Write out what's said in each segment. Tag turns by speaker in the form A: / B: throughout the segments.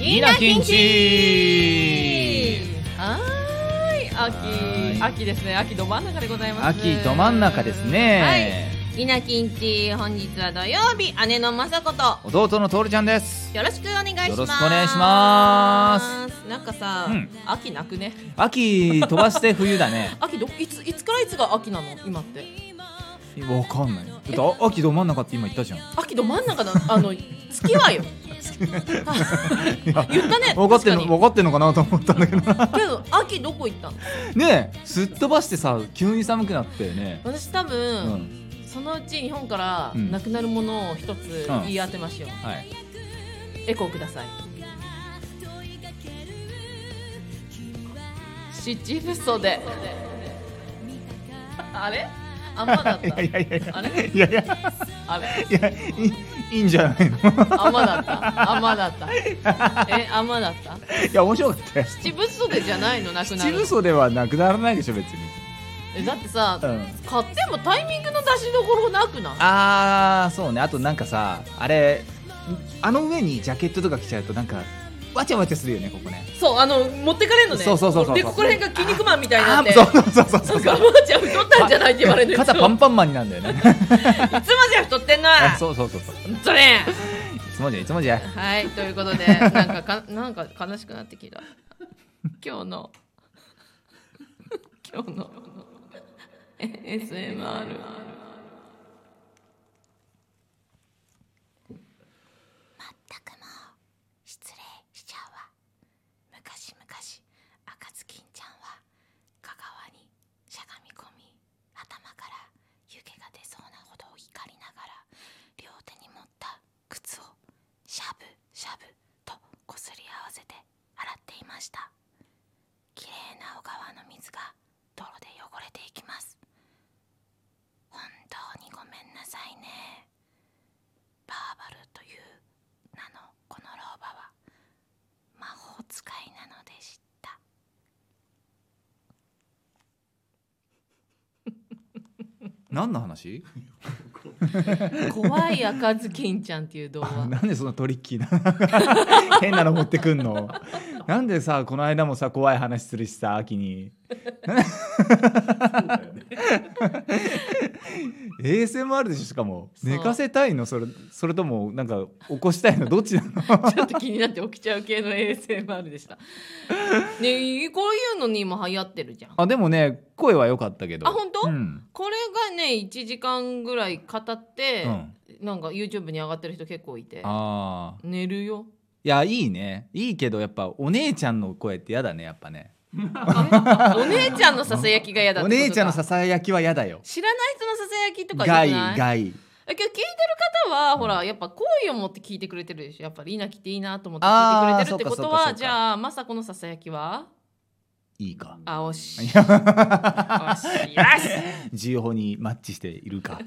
A: イナキンチ
B: はーい秋
A: はーい
B: 秋ですね秋ど真ん中でございます
A: 秋ど真ん中ですね、
C: いなきんち本日は土曜日姉のまさこと
A: 弟のトールちゃんです
C: よろしくお願いします
A: よろしくお願いします
C: なんかさ、
A: うん
C: 秋なくね
A: 秋飛ばして冬だね
C: 秋どいついつからいつが秋なの今って
A: わかんないだってあ秋ど真ん中って今言ったじゃん
C: 秋ど真ん中だあの月はよあ言ったね
A: 分かって
C: 確か
A: んの
C: に
A: 分かってんのかなと思ったんだけど な
C: けど秋どこ行ったの
A: ねえすっ飛ばしてさ急に寒くなってね
C: 私多
A: う
C: 分、
A: ん
C: そのうち日本から
A: うん
C: なくなるものを一つ言い当てましょう、
A: はい
C: エコーください七分袖 あれあんまだった
A: いやいやいや
C: あれ
A: いやいや
C: あれ
A: いやいいいいんじゃないの
C: あんまだったあんまだったえあんまだった
A: いや面白かったよ
C: 七分袖じゃないのなくな
A: 七
C: る
A: 分袖はなくならないでしょ別に、
C: えだってさ、
A: うん、
C: 買ってもタイミングの出しどころなくない
A: あーそうねあとなんかさあれあの上にジャケットとか着ちゃうとなんかわちゃわちゃするよねここね
C: そうあの持ってかれるのね
A: そうそうそうそう
C: でここら辺が筋肉マンみたいにな
A: あ
C: って
A: そう そうそうそう
C: なんかおばあちゃん太ったんじゃないって言われる
A: 肩パンパンマンになるんだよ ね
C: いつまで太ってんの
A: あそうそうそうそうい
C: 本当ね
A: つもじゃいつもじゃ
C: はいという ことでなんかかなんか悲しくなってきた今日の今日の SMR
D: 全くもう失礼しちゃうわ昔々赤ずきんちゃんは香川にしゃがみ込み頭から湯気が出そうなほど怒りながら両手に持った靴をしゃぶしゃぶとこすり合わせて洗っていましたきれいな小川の水が泥で汚れていきます本当にごめんなさいねバーバルというなのこの老婆は魔法使いなのでした
A: 何の話
C: 怖い赤ずきんちゃんっていう動
A: あ
C: 画
A: なんでそんなトリッキーな変なの持ってくんのなんでさこの間もさ怖い話するしさ秋に ASMR でしょしかも
C: そう
A: 寝かせたいのそれそれともなんか起こしたいのどっちなの
C: ちょっと気になって起きちゃう系の ASMR でしたねえこういうのに今流行ってるじゃん
A: あでもね声は良かったけど
C: あ本当
A: うん、
C: これがね1時間ぐらい語って、
A: うん
C: なんか YouTube に上がってる人結構いて
A: あー
C: 寝るよ
A: いやいいねいいけどやっぱお姉ちゃんの声って嫌だねやっぱね
C: お姉ちゃんのささやきが嫌だっ
A: お
C: てことか
A: 姉ちゃんのささやきは嫌だよ
C: 知らない人のささやきとか
A: 害
C: 言ない
A: 害
C: えけど聞いてる方はほらやっぱ好意を持って聞いてくれてるでしょやっぱり稲きっていいなと思って聞いてくれてるってこと
A: あーそうかそうかそう
C: は
A: か
C: じゃあまさこのささやきはい
A: いか
C: あおし
A: い
C: よし
A: や
C: よし
A: 自由法にマッチして いるか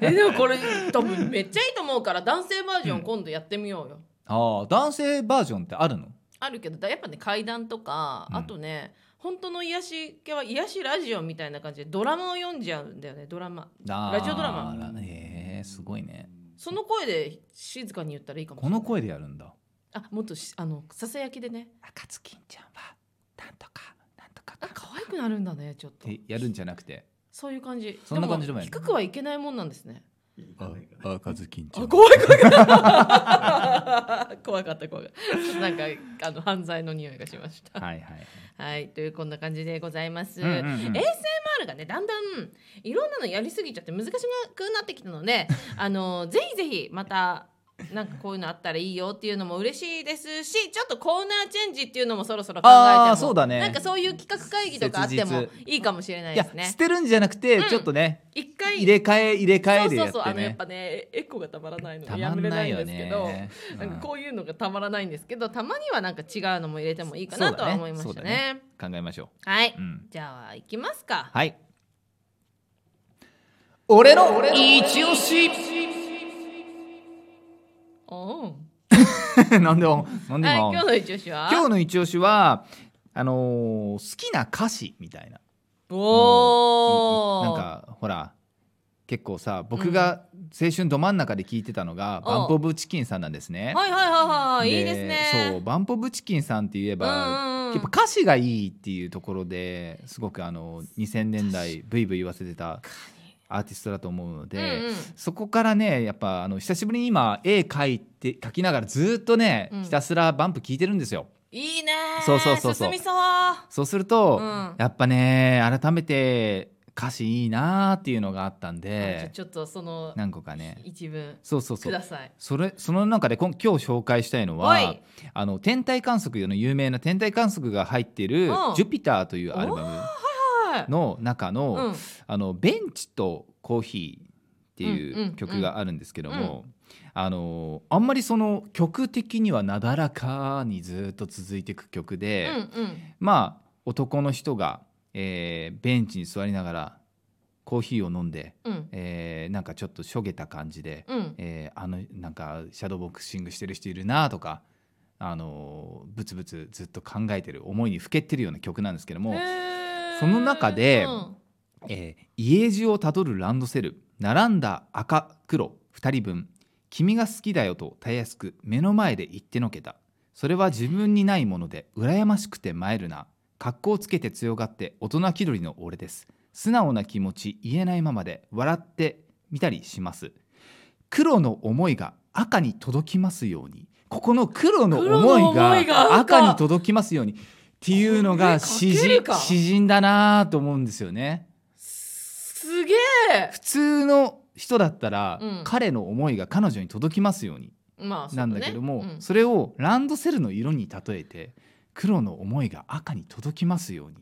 C: えでもこれ多分めっちゃいいと思うから男性バージョン今度やってみようよ、
A: ああ男性バージョンってあるの
C: あるけどだやっぱね階段とか、
A: うん
C: あとね本当の癒し系は癒しラジオみたいな感じでドラマを読んじゃうんだよねドラマ
A: あー
C: ラジオドラマ
A: らへえすごいね
C: その声で静かに言ったらいいかもし
A: こ
C: れない
A: の声でやるんだ
C: あもっとしあのささやきでね
A: 赤ずきんちゃんはなんとかなんとか
C: あ可愛くなるんだねちょっと
A: ってやるんじゃなくて
C: そういう感じ
A: そんな感じでもやる
C: 低くはいけないもんなんですね
A: 赤ずきんち
C: あ怖い 怖い怖い怖かった怖かったちょっとなんかあの犯罪の匂いがしました
A: は いはい
C: はいというこんな感じでございます、
A: うんうんうん
C: ASMR がねだんだんいろんなのやりすぎちゃって難しくなってきたの であのぜひぜひまたなんかこういうのあったらいいよっていうのも嬉しいですしちょっとコーナーチェンジっていうのもそろそろ考えても
A: あーそうだね
C: なんかそういう企画会議とかあってもいいかもしれない
A: い
C: で
A: や
C: すね
A: 捨てるんじゃなくて
C: うん
A: ちょっとね
C: 一回
A: 入れ替え入れ替えで
C: そうそ
A: やっ
C: うそう
A: て
C: あのやっ
A: ね
C: ぱねエコがたまらないの
A: た
C: で
A: ま
C: やめ
A: ん
C: れ
A: な
C: ないいん
A: よ
C: ですけど、
A: ね
C: なんかこ
A: うん
C: ういうのがたまらないんですけどたまにはなんか違うのも入れてもいいかなとは思いました
A: そうだ
C: ね
A: ね考えましょ
C: はい、
A: ううん
C: じゃあ行きますか。
A: はい俺の一押し
C: おう
A: なんでなんで
C: はい、
A: 今
C: 今日の一押しは
A: 今日の一押しはあのー好きな歌詞みたいな
C: おお
A: なんかほら結構さ僕が青春ど真ん中で聞いてたのが、
C: ん
A: バンポブチキンさんなんですね。
C: はいはいはいはいいいです
A: そう
C: ね
A: バンポブチキンさんって言えば、
C: うんうんうん
A: やっぱ歌詞がいいっていうところですごくあの2000年代ブイブイ言わせてたアーティストだと思うので、
C: うんうん
A: そこからねやっぱあの久しぶりに今絵描いて描きながらずっとね、
C: うん
A: ひたすらバンプ聴いてるんですよ。
C: いいね
A: そうそうそうそ
C: 進
A: う
C: みそう
A: そうすると、
C: うん
A: やっぱね改めて歌詞いいなーっていうのがあったん
C: あじゃあ
A: で
C: ちょっとその
A: 何個かね
C: 一文
A: そうそうそ
C: く
A: う
C: ださい。
A: それその中で今今日紹介したいの
C: は
A: はいあの天体観測の有名な天体観測が入ってる
C: うん
A: 「ジュピター」というアルバ
C: はい
A: ムの中の
C: う
A: 「
C: ん、
A: あのベンチとコーヒーって
C: うんうん
A: いううん曲があるんですけども、あのあんまりその曲的にはなだらかにずっと続いていく曲で、
C: うん
A: まあ男の人が、えーベンチに座りながらコーヒーを飲んで、
C: うんうん
A: えーなんかちょっとしょげた感じで、
C: うん
A: えーあのなんかシャドーボクシングしてる人いるなとか。あのブツブツずっと考えてる思いにふけってるような曲なんですけども、
C: へー
A: その中で
C: うん
A: えー家路をたどるランドセル並んだ赤黒2人分君が好きだよとたやすく目の前で言ってのけたそれは自分にないもので羨ましくて参るな格好つけて強がって大人気取りの俺です素直な気持ち言えないままで笑ってみたりします黒の思いが赤に届きますようにここの黒の思い
C: 黒の思いが
A: が
C: 赤
A: 赤に届きますようにっていうのが詩
C: これ書ける
A: 人
C: か
A: 詩人だなと思うんですよね。
C: すげえ
A: 普通の人だったら、
C: うん
A: 彼の思いが彼女に届きますように
C: まあそう
A: な
C: ね
A: んだけども、
C: うん
A: それをランドセルの色に例えて黒の思いが赤に届きますように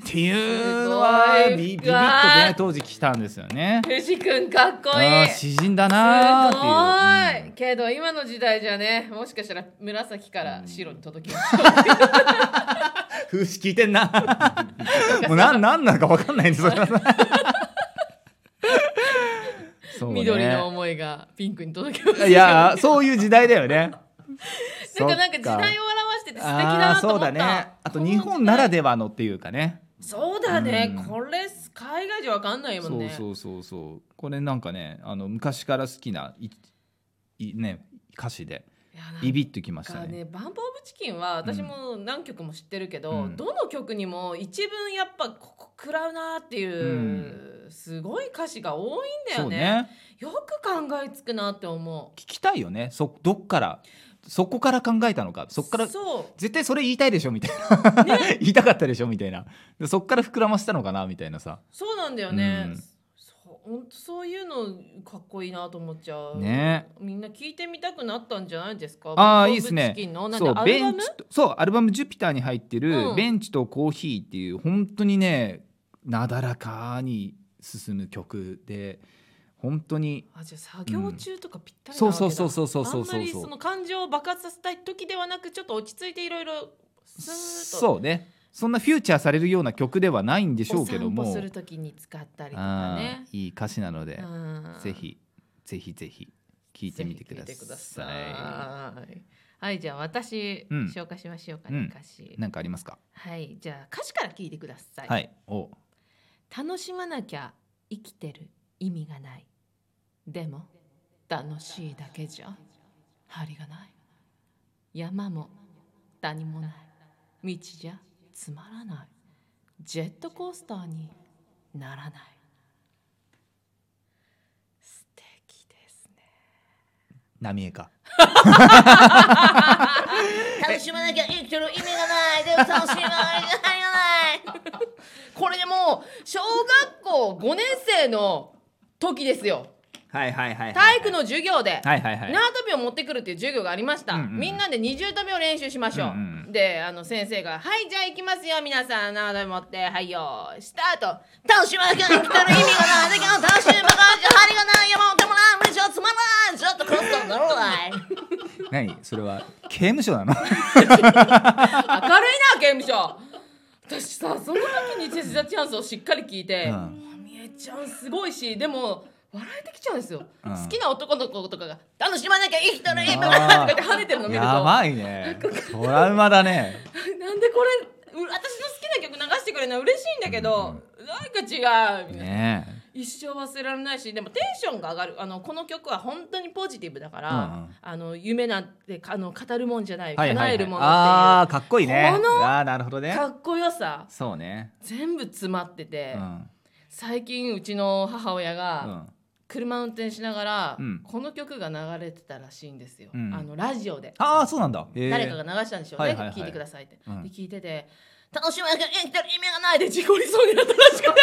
A: っていうのは
C: すごい
A: ビビビッとね当時来たんですよね。
C: 藤君かっこいい
A: ああ詩人だなーって
C: す
A: い
C: ご
A: う
C: い。けど今の時代じゃねもしかしたら紫から白に届きます
A: うん風刺聞いてんな。 もうなんなんなのかわかんないんですよ。そうね
C: 緑の思いがピンクに届きます
A: いやそういう時代だよね。
C: てか なんか時代を表してて素敵だ
A: あ
C: な
A: ー
C: と思
A: そ
C: っ
A: う
C: た
A: だねあと日本ならではのっていうかね
C: そうだね、
A: うん
C: これ海外じゃわかんないも
A: そ
C: んね
A: うそうそうそうこれなんかねあの昔から好きないいね歌詞で
C: いやなんか
A: ビビッときました
C: か
A: ね
C: ね、バンポーブチキンは私も何曲も知ってるけど、
A: うん
C: どの曲にも一文やっぱここ食らうなっていう、すごい歌詞が多いんだ
A: そ
C: よ
A: う
C: ね
A: ね
C: よく考えつくなって思
A: 聞きたいよねそどっからそこから考えたのか
C: う
A: そっから
C: そ
A: 絶対それ言いたいでしょみたいな、 言いたかったでしょみたいなでそっから膨らませたのかなみたいなさ
C: うそうなんだよね、
A: うん
C: そう本当そういうのかっこいいなと思っちゃう
A: ね
C: みんな聞いてみたくなったんじゃないですか
A: あーいいっすね
C: バンポーブチキンのなん
A: そ
C: かア
A: う
C: ル
A: ベ
C: バ
A: ン
C: ム
A: チとそうアルバム「ジュピター」に入ってる
C: う
A: 「
C: ん
A: ベンチとコーヒー」っていう本当にねなだらかに進む曲で本当に
C: あじゃあ作業中とかぴったりな
A: そう
C: わけだ、
A: そうそうそうそうそう
C: あ
A: そ
C: ん
A: う
C: まり
A: そ
C: そうの感情を爆発させたい時ではなくちょっと落ち着いていろいろスーッと
A: そうねそんなフューチャーされるような曲ではないんでしょうけど
C: お散
A: も
C: 歩する時に使ったりとか
A: あ
C: ね
A: ーいい歌詞なので
C: うん
A: ぜひぜひぜひ聴いてみてくだ
C: ぜひ聞いて
A: さ
C: いはいじゃあ私、
A: うん
C: 紹介しましょうか
A: う
C: ね
A: ん
C: 歌詞、
A: いなんかありますか
C: はいじゃあ歌詞から聞いてください、
A: はいお
C: 楽しまなきゃ生きてる意味がないでも楽しいだけじゃ針がない山も谷もない道じゃつまらないジェットコースターにならない素敵ですね
A: 浪 江か
D: 楽しまなきゃ生きてる意味がないでも楽しまなきゃ意味がない
C: これでもう小学校5年生の時ですよ
A: はいはいはい
C: 体育の授業で、
A: はいはいはい
C: 縄跳びを持ってくるっていう授業がありました、
A: うんうん
C: みんなで二重跳びを練習しましょう、
A: うんう
C: であの先生が「はいじゃあ行きますよ皆さん縄跳び持ってはいよーいスタート楽しまなきゃ生きてる意味がないでも楽しまなきゃ針がない山をたまらん無理つまらんちょっとコストになろうだい
A: 何それは刑務所なの
C: 明るいな刑務所私さその時に「チェス・ザ・チャンス」をしっかり聞いて、
A: うん
C: もうみえちゃんすごいしでも笑えてきちゃうんですよ、
A: うん
C: 好きな男の子とかが「楽しまなきゃ生きてる意味が
A: あ
C: ない」
A: ー
C: とか言って跳ねてるの見ると
A: やばいねトラウマだね
C: なんでこれう私の好きな曲流してくれるの嬉しいんだけど、なんか違う、
A: ねえ
C: 一生忘れられないしでもテンションが上がるあのこの曲は本当にポジティブだから、
A: うんうん
C: あの夢なんてあの語るもんじゃない、
A: はいは
C: 叶え
A: い、は
C: る
A: い
C: も、の
A: あ
C: っ
A: あかっこいいね
C: この
A: ああなるほど
C: ていう
A: ね
C: かっこよさ
A: そうね
C: 全部詰まって
A: う
C: て、
A: ん
C: 最近うちの母親
A: う
C: が、
A: ん
C: 車運転しながら、
A: うん
C: この曲が流れてたらしいんですよ、
A: うん
C: あのラジオで、
A: ああそうなんだへー
C: 誰かが流したんでしょうね、
A: はいはいはい
C: 聞いてくださいって、
A: うん
C: で聞いてて「楽しみが生きてる意味がない」で事故りそうになったらしく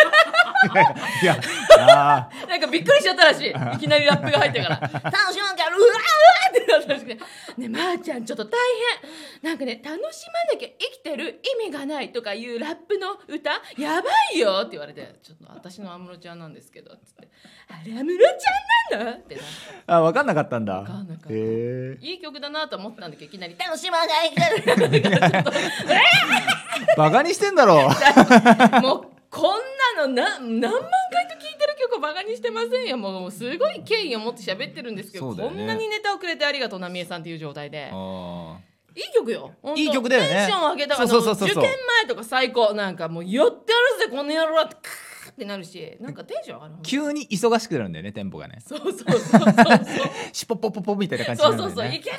C: て
A: いや あー
C: なんかびっくりしちゃったらしいいきなりラップが入ったから「楽しみがうわうわ!」ってなったらしくて「ねまー、ちゃんちょっと大変なんかね楽しまなきゃ生きてる意味がない」とかいうラップの歌やばいよって言われて「ちょっと私の安室ちゃんなんですけど」っつって「あれ安室ちゃんなの?」ってなって。
A: あ分かんなかったんだ
C: わかんなかった
A: へえ
C: いい曲だなと思ったんだけどいきなり「楽しまないで
A: バカにしてんだろ
C: もうこんなのな何万回と聴いてる曲をバカにしてませんよもうすごい敬意を持って喋ってるんですけ
A: そ
C: ど、
A: うだ
C: こ
A: よね
C: んなにネタをくれてありがとう浪江さんっていう状態で
A: あ
C: いい曲よほんと
A: いい曲だよね
C: テンション上げたあの
A: そうそうそうそう
C: 受験前とか最高なんかもうやってやるぜこの野郎ってクーってなるしなんかテンション上がる
A: ー急に忙しくなるんだよねテンポがね
C: そうそうそうそうそう
A: シュポッポッポッポみたいな感じに
C: そ
A: な
C: うそ
A: る
C: うんそう、
A: だよ
C: い
A: ね
C: けこ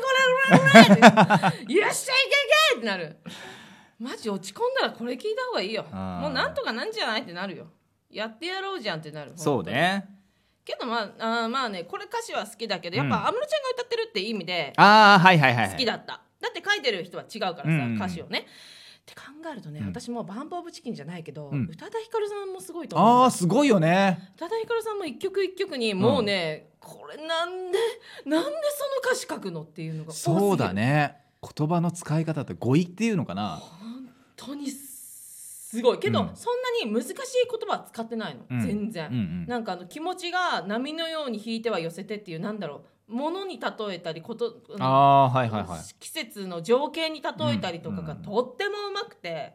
C: らこらこらって、いらっしゃいいけいけってなる。マジ落ち込んだらこれ聞いた方がいいよ。
A: あー
C: もうなんとかなんじゃないってなるよ。やってやろうじゃんってなる。
A: そうね
C: 本当に。けどまあ、あーまあね、これ歌詞は好きだけど、やっ
A: うん
C: ぱ安室ちゃんが歌ってるって意味で
A: ああはいはいはいはい
C: 好きだった。だって書いてる人は違うからさ、
A: うん
C: 歌詞をね。って考えるとね、
A: うん
C: 私もうバンプオブチキンじゃないけど、
A: うん
C: 宇多田ヒカルさんもすごいと思うんだ
A: ああすごいよね
C: 宇多田ヒカルさんも一曲一曲にもうね、これなんでなんでその歌詞書くのっていうのが多すぎる
A: そうだね言葉の使い方って語彙っていうのかな
C: 本当にすごいけど、
A: うん
C: そんなに難しい言葉は使ってないの、
A: うん
C: 全然、
A: うんうん
C: なんかあの気持ちが波のように引いては寄せてっていうなんだろうものに例えたりこと
A: ああーはいはいはい
C: 季節の情景に例えたりとかが
A: うん
C: とってもうまくて、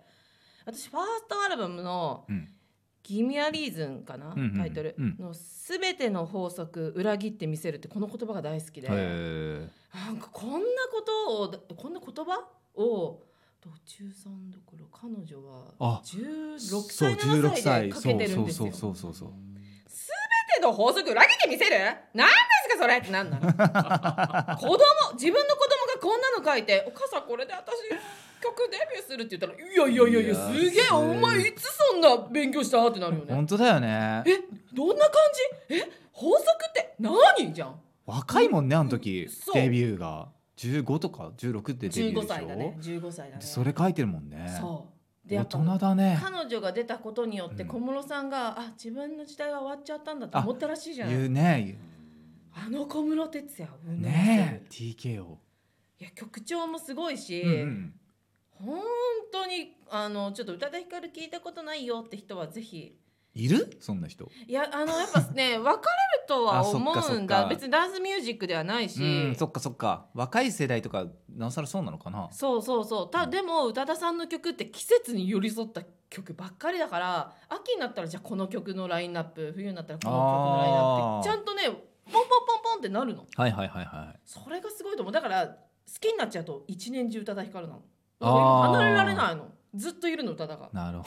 C: 私ファーストアルバムの
A: うん
C: 「ギミアリーズン」かな、
A: うんうん
C: タイトル
A: うん
C: の「すべての法則裏切ってみせる」ってこの言葉が大好きで。
A: へ
C: なんかこんなことをだこんな言葉をと中3どころ彼女は
A: あ
C: 16
A: え
C: 歳7歳でかけてるんですよ。全
A: そうそうそうそうそう
C: ての法則裏切ってみせる何ですかそれってなんな の子供自分の子供がこんなの書いて「お母さんこれで私曲デビューする」って言ったら「いやいやいやいや
A: いや
C: すげえ
A: す
C: お前いつそんな勉強した?」ってなるよね。
A: 本当だよね
C: えどんな感じえ法則って何じゃん
A: 若いもんねあの時
C: そう
A: デビューが15とか16でデビューでしょ
C: 15歳だね15歳だね。
A: でそれ書いてるもんね
C: そうでや
A: 大
C: っぱ
A: 人だね
C: 彼女が出たことによって
A: うん
C: 小室さんが、あ自分の時代は終わっちゃったんだと思ったらしいじゃない
A: 言うね
C: あの小室哲哉
A: 言
C: う
A: う
C: な
A: ね TK を
C: いや曲調もすごいし、
A: うんうん
C: 本当にあのちょっと宇多田ヒカル聞いたことないよって人はぜひ
A: いるそんな人
C: いやあのやっぱ ね別れるとは
A: あそっ
C: 思
A: か
C: う
A: そっ
C: ん
A: か
C: だ別にダンスミュージックではないし、
A: うんそっかそっか若い世代とかなおさらそうなのかな
C: そうそうそうたでも宇多田さんの曲って季節に寄り添った曲ばっかりだから秋になったらじゃあこの曲のラインナップ冬になったらこの曲のラインナップち
A: あー
C: ゃんとねポンポンポンポンってなるの
A: はいはいはいはい
C: それがすごいと思うだから好きになっちゃうと一年中宇多田ヒカルなの
A: あー
C: 離れられないのずっといるの宇多田が
A: なるほ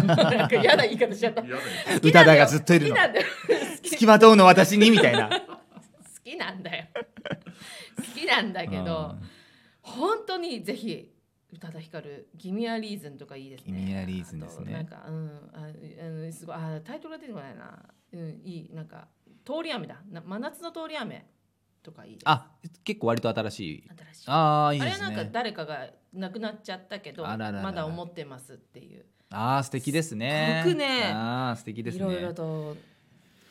A: ど
C: なんか嫌な言い方しちゃった好
A: 宇多田がずっといる
C: き
A: の
C: なん だよ
A: 付きまとうの私にみたいな
C: 好きなんだよ好きなんだけど本当にぜひ宇多田ヒカル「ギミアリーズン」とかいいですね。
A: ギミアリーズンですね
C: あとなんかうんあうんすごいあタイトルが出てこないな。うんいいなんか通り雨だな真夏の通り雨とかいいです。
A: あ結構割と新しい
C: 新しい。あ
A: ああいいで
C: れ
A: す
C: はなんか
A: ね
C: 誰かが亡くなっちゃったけど
A: あらららら
C: まだ思ってますっていう
A: ああ素敵ですね
C: すごくね
A: ああ素敵です
C: い
A: ね
C: ろいろと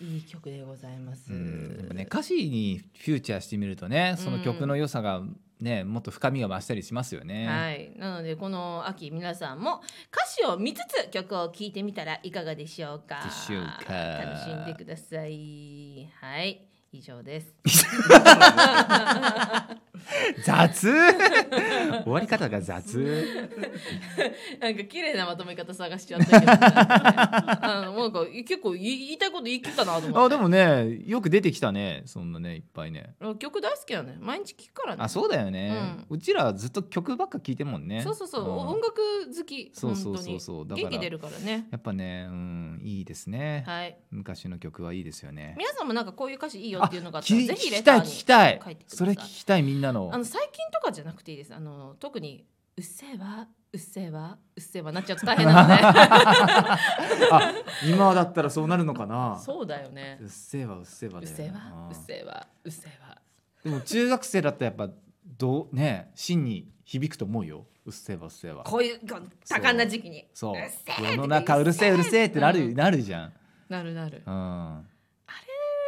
C: いい曲でございます。
A: うんやっぱね歌詞にフューチャーしてみるとねその曲の良さがねもっと深みが増したりしますよね、
C: はい、なのでこの秋皆さんも歌詞を見つつ曲を聴いてみたらいかがでしょうか
A: でしょうか
C: 楽しんでくださいはい以上です。
A: 雑終わり方が雑
C: なんか綺麗なまとめ方探しちゃったけど、ね、あのなんか結構言い言いたいこと言い切ったなと思って。
A: あでもねよく出てきたねそんなねいっぱいね
C: 曲大好きだね毎日聴くからね
A: あそうだよね、うちらずっと曲ばっか聴いてるもんね
C: そうそうそう、
A: ん
C: 音楽好き
A: そうそうそうそう
C: 本当
A: だか
C: に
A: ら
C: 元気出るからね
A: やっぱねうんいいですね、
C: はい
A: 昔の曲はいいですよね
C: 皆さんもなんかこういう歌詞いいよ
A: あ
C: っていうのがあったら
A: き
C: ぜひレ
A: 聞き
C: タ
A: たい
C: ー
A: 聞
C: に
A: きたい
C: 書いてください
A: それ聞きたいみんなの
C: あの最近とかじゃなくていいですあの特に「うっせえわうっせえわうっせえわ」なっちゃうと大変なの で
A: あ今だったらそうなるのかな
C: そうだよね
A: うっせえわうっせえわ
C: うっ
A: だよ
C: せえ
A: ね
C: わうっせえわうっせえわ
A: でも中学生だったらやっぱどうね芯に響くと思うようっせえわうっせえわ
C: こういうこう多感な時期に
A: そう
C: うっせえ
A: 世の中うるせえうるせえってなる、
C: うん
A: なるじゃん
C: なるなる
A: うん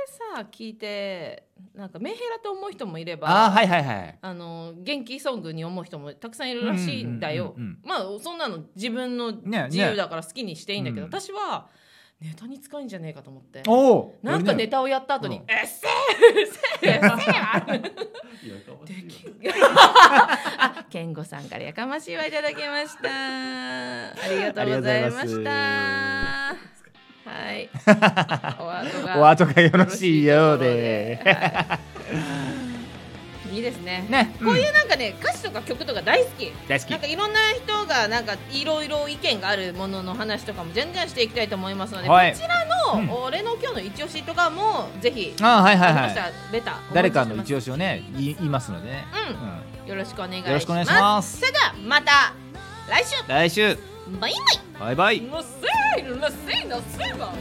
C: でさ聞いてなんかメンヘラと思う人もいれば
A: あーはいはいはい
C: あの元気ソングに思う人もたくさんいるらしいんだよ、
A: うんうんうん
C: まあそんなの自分の
A: ね
C: 自由だから好きにしていいんだけど、
A: うん
C: 私はネタに使うんじゃねえかと思って
A: おお
C: なんかネタをやった後に
A: うん
C: 「えっせえうっ せえうっせえわ あ健吾さんからやかましいわいただきましたありがとうございま
A: ありがとうご
C: した
A: ざ
C: はいお後が
A: お後がよろしいようで
C: はいいいですね
A: ね、
C: こういううなんかね歌詞とか曲とか大好き
A: ん大好き
C: なんかいろんな人がなんかいろいろ意見があるものの話とかも全然していきたいと思いますので、
A: はい
C: こちらの、
A: うん
C: 俺の今日の一押しとかもぜひ、
A: あーはいは
C: あ
A: い
C: りました
A: は
C: ら
A: い
C: ベタ
A: 誰かの一
C: 応
A: 押しをね言い言いますのでね、う
C: うんよろしくお願いし
A: ん、よろしくお
C: ま
A: 願い
C: す
A: します
C: それではまた来週
A: 来週
C: バイバイ
A: バイバイ
C: のせいのせいのせいの